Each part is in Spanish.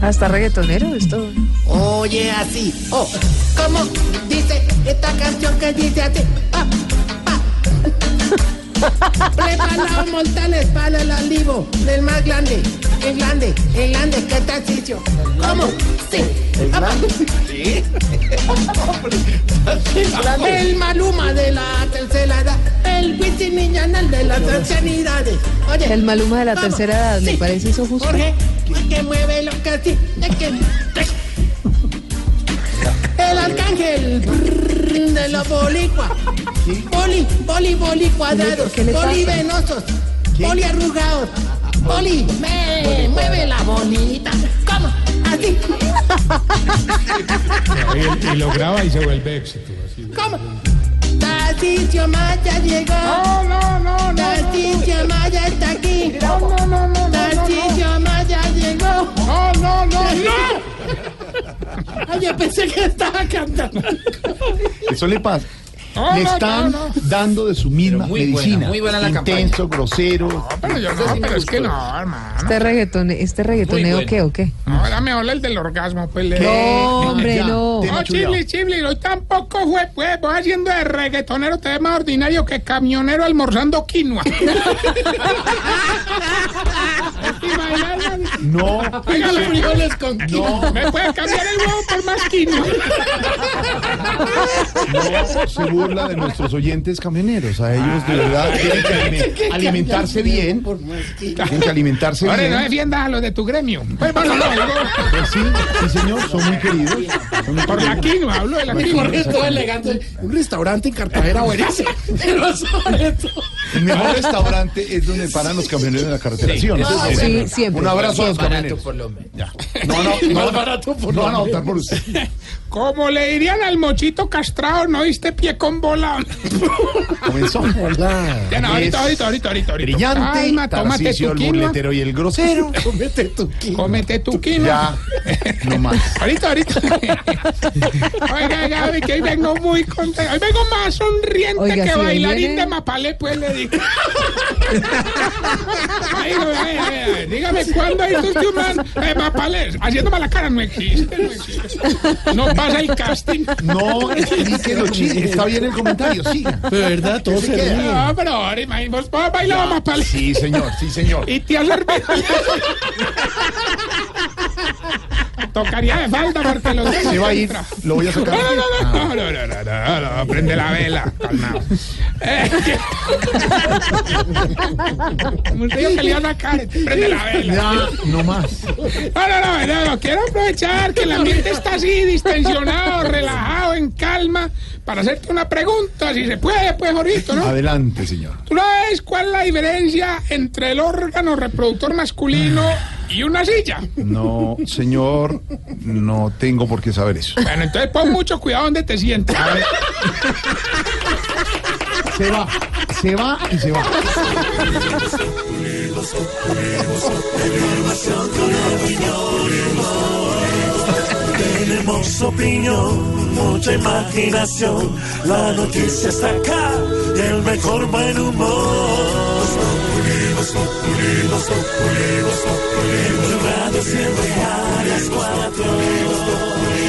Hasta reggaetonero esto. Oye, así. Oh, ¿cómo dice esta canción que dice así? Ah, ah. Preparado mortales para el olivo del más grande, el grande, el grande que está sitio. ¿Cómo? Sí. Ah, El Maluma de la tercera edad, el Wisin y Yandel de las ancianidades. Oye, El Maluma de la vamos. tercera edad, me Sí. parece eso justo. Jorge, es que mueve lo que así, es que... El arcángel brrr, de los bolicuas. Boli, boli, boli cuadrados, ¿Qué le pasa? boli venosos, boli arrugados. Boli, me, mueve la bolita. ¿Cómo? Así, Y, y lo graba y se vuelve éxito. así. ¿cómo? Tarcicio Maya llegó. No, no, no, no. Tarcicio Maya está aquí. No, no, no, no. Tarcicio Maya llegó. No, no, no, no. Ay, yo pensé que estaba cantando. Eso le pasa. Le están dando de su misma muy buena, medicina. muy buena la Intenso, grosero. Pero yo no, pero es que no, hermano. Este reggaetone, este reggaetoneo bueno. qué o qué? No, dame habla el del orgasmo, pues le- No, hombre, Ya, no. tema No, chuleado. chibli, chibli, hoy tampoco fue, pues, vos haciendo de reggaetonero te ves más ordinario que camionero almorzando quinoa. Imagínate, No, Oiga, los frijoles con No. quinoa. Me puede cambiar el huevo por más quinoa. no se burla de nuestros oyentes camioneros. A ellos de verdad tienen que alime- alimentarse bien. Tienen que alimentarse Ahora no bien. defiendas a los de tu gremio. Pues, bueno, no, digo, Pues sí, sí señor, son muy queridos. Son muy por la queridos. quinoa, hablo de la quinoa. Jorge todo elegante. Un restaurante en Cartagena buenísimo. Pero sobre todo. El mejor restaurante es donde paran los camioneros en la carretera. ¿sí o no? eso es Sí, bueno. siempre. Un abrazo a los Barato camioneros. por lo menos. No, no, no, van a- no van a votar por usted. Como le dirían al mochito castrado, no diste pie con bola. Comenzó. Ya no, Es ahorita, ahorita, ahorita, ahorita. ahorita. Brillante, Calma, tómate Tarcisio, tu el quinoa. burletero y el grosero. Comete tu quino. Cómete tu Ya, quinoa. no más. Ahorita, ahorita. Oiga, Gaby, que hoy vengo muy contento. Hoy vengo más sonriente Oiga, si que hoy bailarín viene- de Mapalé, pues le digo. Ay, no, ay, ay, ay, Dígame, ¿cuándo hay estos humanos eh, Mapalé? Haciéndome la cara, no existe, no existe. No pasa el casting. No, explique los chistes. Está bien el comentario, siga. De verdad, todo se No, pero ahora imagínate, vos bailado Mapalé. Sí, señor, sí, señor. Y tía Sorbet. Tocaría de falda porque los Se va a ir, lo voy a No, sacar. Ah, no, no, no, no, no, no, no, no, no, prende la vela, calmado. Eh, que- Como usted dijo que le iba a sacar, prende la vela. Ya, no más. No, no, no, no, no, quiero aprovechar que el ambiente está así, distensionado, relajado, en calma, para hacerte una pregunta, si se puede, pues, ahorita, ¿no? Adelante, señor. ¿Tú sabes cuál es la diferencia entre el órgano reproductor masculino y una silla? No, señor, no tengo por qué saber eso. Bueno, entonces pon mucho cuidado donde te sientas. Se va, se va y se va. Tenemos opinión, mucha imaginación. La noticia está acá y el mejor buen humor. Populimos, populimos, populimos, populimos. Radio siempre a las cuatro.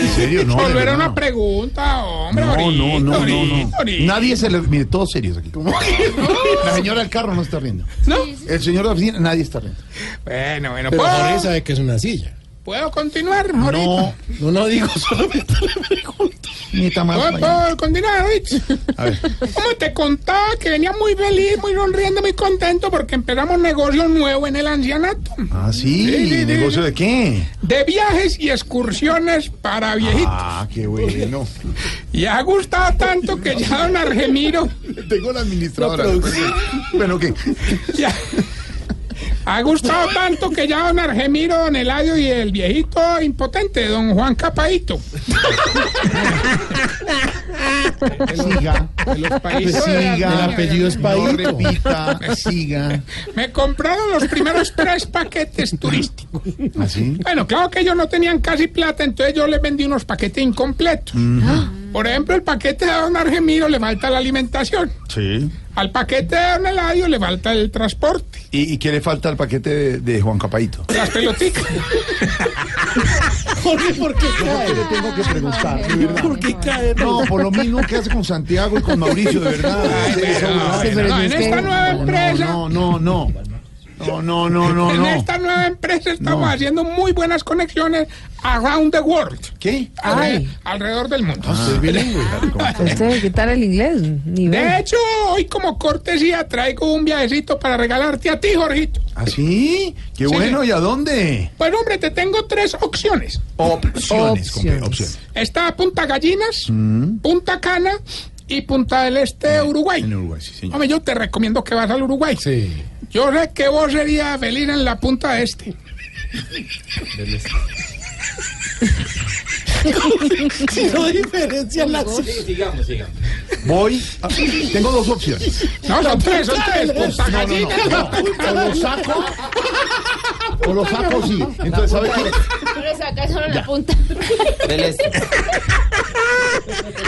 ¿En serio? No. de Volver a verdad, una pregunta, hombre. No, ahorita, no, no, no, no. ahorita, ahorita. Nadie se le. Mire, todos serios aquí. La señora del carro no está riendo. ¿No? El señor de la oficina, nadie está riendo. Bueno, bueno, Pero Jorge ¿puedo, sabe que es una silla. ¿puedo continuar, ahorita? No, No, no digo, solamente le pregunto. ni está mal. ¿Puedo, puedo continuar, ahorita? A ver. ¿Cómo te contaba que venía muy feliz, muy sonriendo, muy contento porque empezamos negocio nuevo en el ancianato? Ah, Sí, sí, sí. sí. ¿Negocio de qué? De viajes y excursiones para viejitos. Ah, qué bueno. Y ha gustado tanto que ya don Argemiro Tengo la administradora. Bueno, ¿qué? ya, Ha gustado tanto que ya don Argemiro, don Eladio y el viejito impotente, don Juan Capaito. Siga. de los países. Siga. Ay, El ay, apellido es ay, País. no, repito. Repita. Siga. Me compraron los primeros tres paquetes turísticos. ¿Así? Bueno, claro que ellos no tenían casi plata, entonces yo les vendí unos paquetes incompletos. Por ejemplo, el paquete de don Argemiro le falta la alimentación. Sí. Al paquete de don Eladio le falta el transporte, ¿Y, y qué le falta al paquete de, de Juan Capaito? las pelotitas. Jorge, ¿por qué cae? Le tengo que preguntar, de verdad. ¿Por qué cae? No, por lo mismo que hace con Santiago y con Mauricio, de verdad. Ay, Ustedes pero, son- no, ustedes no, son- en esta nueva empresa, No, no, no. No, no, no, no, en no. esta nueva empresa estamos No. haciendo muy buenas conexiones around the world, ¿Qué? Ay. alre- ¿Eh? alrededor del mundo. Usted es bilingüe. Ah. ¿Cómo está? Pues, Usted, ¿qué tal el inglés? Ni ¿Eh? De ve. hecho, hoy como cortesía traigo un viajecito para regalarte a ti, Jorgito. ¿Ah, sí? Qué Sí. bueno, ¿y a dónde? Pues hombre, te tengo tres opciones. Opciones, compadre, Opciones. opciones. Está Punta Gallinas, Punta Cana y Punta del Este de Uruguay. Mm. Eh, En Uruguay, sí, señor. Hombre, yo te recomiendo que vas al Uruguay. Sí. Yo sé que vos serías feliz en la punta este. Si no diferencia la Voy. a- tengo dos opciones. No, son tres, son tres. Punta No, no, Gallinas. no, pues, no. O lo saco. O lo saco, sí. Entonces, ¿sabe qué? Pero saca solo la punta.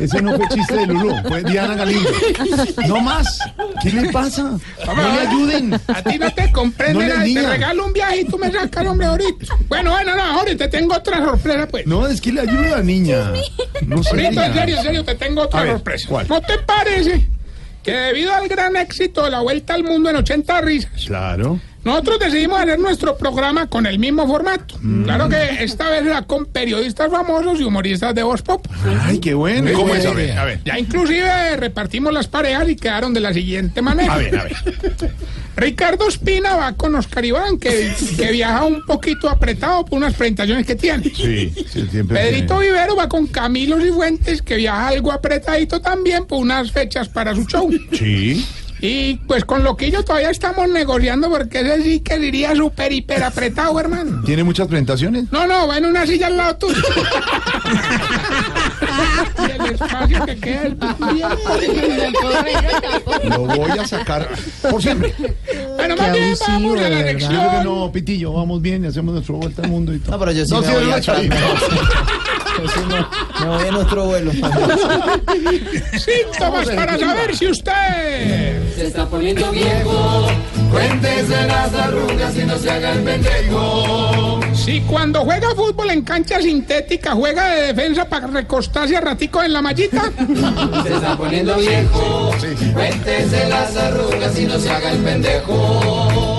Ese no fue chiste de Lulú. Fue Diana Galindo. No más. ¿Qué le pasa? No le ayuden. A ti no te comprenden. No le nada, te digan. regalo un viaje y tú me sacas el hombre ahorita. Bueno, bueno, no, ahorita te tengo otra sorpresa, pues. No, es que le ayuda, niña. No sé. Ahorita, en serio, en serio, te tengo A otra ver, sorpresa. ¿cuál? ¿No te parece que debido al gran éxito de la Vuelta al Mundo en 80 risas, Claro. nosotros decidimos hacer nuestro programa con el mismo formato? Mm. Claro que esta vez era con periodistas famosos y humoristas de voz pop. Ay, qué bueno. Muy buena A ver, idea. a ver. Ya inclusive repartimos las parejas y quedaron de la siguiente manera. A ver, a ver. Ricardo Espina va con Oscar Iván, que, que viaja un poquito apretado por unas presentaciones que tiene. Sí, sí, siempre. Pedrito tiene- Vivero va con Camilo Cifuentes, que viaja algo apretadito también por unas fechas para su show. Sí. Y pues con Loquillo todavía estamos negociando porque ese sí que diría súper hiper apretado, hermano. ¿Tiene muchas presentaciones? No, no, va en una silla al lado tuyo. Y el espacio que queda es bien. Lo voy a sacar por siempre. Yo Bueno, más bien abusivo, vamos a de verdad. la creo que elección. no, Pitillo, vamos bien y hacemos nuestro vuelta al mundo y todo. No, pero yo sí me voy a Síntomas para saber si usted... Si cuando juega fútbol en cancha sintética juega de defensa para recostarse a ratico en la mallita.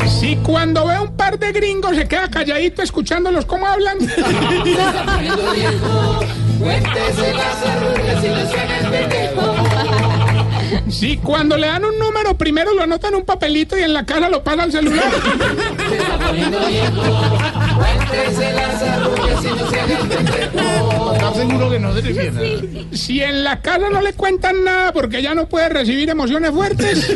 Si cuando ve a un par de gringos se queda calladito escuchándolos cómo hablan. Si cuando le dan un número primero lo anotan en un papelito y en la casa lo pasa al celular. ¿Estás seguro que no se defiende? Si en la casa no le cuentan nada porque ya no puede recibir emociones fuertes.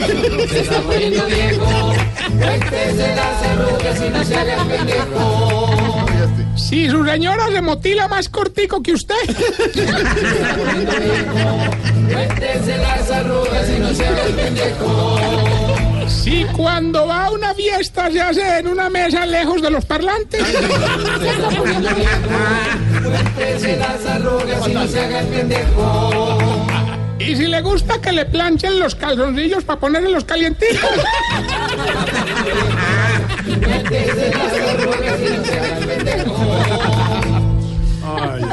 Si su señora se motila más cortico que usted. Si cuando va a una fiesta se hace en una mesa lejos de los parlantes. Y si le gusta que le planchen los calzoncillos para ponerlos calientitos.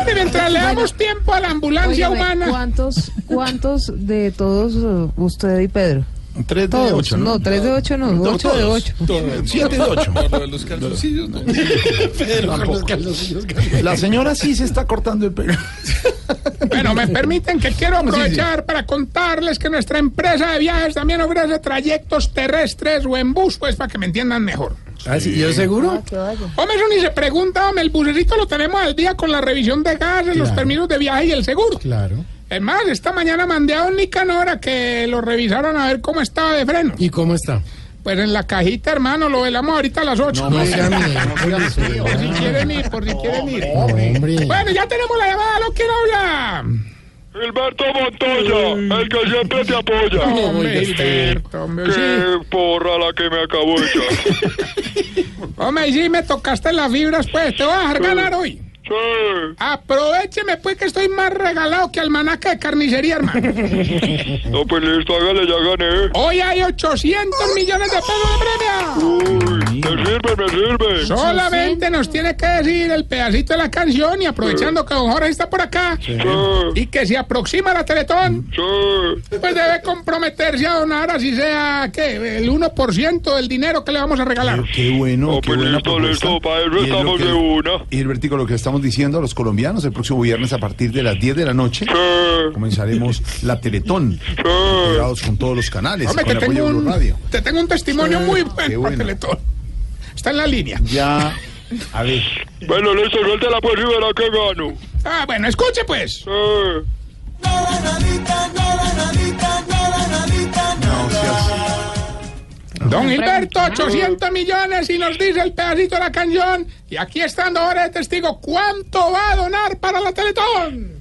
Y mientras le damos tiempo a la ambulancia Óigame, humana. ¿Cuántos, ¿Cuántos de todos uh, usted y Pedro? 3 de Todos. 8, no, ¿no? tres de ocho no, ocho de ocho. 7 de 8. Los calzoncillos, no. Pero con los calzoncillos, La señora sí se está cortando el pelo. Bueno, me permiten que quiero aprovechar para contarles que nuestra empresa de viajes también ofrece trayectos terrestres o en bus, pues para que me entiendan mejor. ¿Yo seguro? Hombre, eso ni se pregunta, hombre, el bucecito lo tenemos al día con la revisión de gases, los permisos de viaje y el seguro. Claro. Es más, esta mañana mandé a Don Nicanor a que lo revisaron a ver cómo estaba de freno. ¿Y cómo está? Pues en la cajita, hermano, lo velamos ahorita a las 8. No sean por si quieren ir, por si quieren ir. Bueno, ya tenemos la llamada, lo quiero hablar. Gilberto Montoya, el que siempre te apoya. Hombre, Gilberto, hombre, sí. Qué porra la que me acabó echar. Hombre, sí, me tocaste las fibras, pues, te voy a dejar ganar hoy. Sí, Aprovecheme, pues, que estoy más regalado que almanaque de carnicería, hermano. no, pues listo, hágale, ya gané. Hoy hay 800 millones de pesos de premio. Uy, me sirve, me sirve. Solamente nos tiene que decir el pedacito de la canción y aprovechando que don Jorge está por acá Sí, y que se aproxima la Mm. Teletón, Oh, sí. pues debe comprometerse a donar así sea ¿qué? el 1% del dinero que le vamos a regalar. Qué bueno, No, qué pues buena listo, propuesta. listo, para eso Y es lo estamos que- de una. Y Albertico, lo que estamos diciendo a los colombianos, el próximo viernes a partir de las 10 de la noche Sí, comenzaremos la Teletón, sí. integrados con todos los canales, Hombre, con te el apoyo tengo, de Blue un, Radio. te tengo un testimonio muy bueno, para bueno. Teletón. Está en la línea. Ya, a ver, Bueno, listo, suelta la pues y verá que gano. Ah, bueno, escuche pues. Sí. no seas- Don Gilberto, 800 millones y nos dice el pedacito de la canción. Y aquí estando ahora de testigo, ¿cuánto va a donar para la Teletón?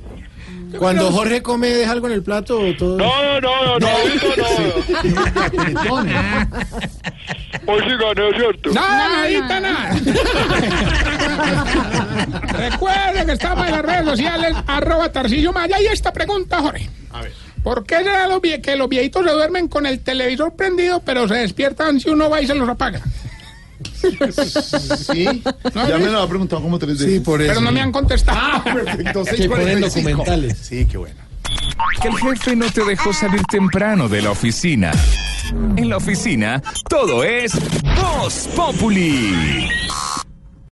Cuando Jorge come, deja algo en el plato o todo. No, no, nadita, no. La Teletón. Hoy sí gané, ¿cierto? Nada, nadita, nada. Recuerden que estamos en las redes sociales, arroba Tarcillo Maya. Y esta pregunta, Jorge. A ver. ¿Por qué será los vie- que los viejitos se duermen con el televisor prendido, pero se despiertan si uno va y se los apaga? Sí, ya me lo ha preguntado como tres veces. Sí, por eso. Pero no me han contestado. Ah, Perfecto, que ponen 6:45. documentales. Sí, qué bueno. Que el jefe no te dejó salir temprano de la oficina. En la oficina, todo es Voz Populi.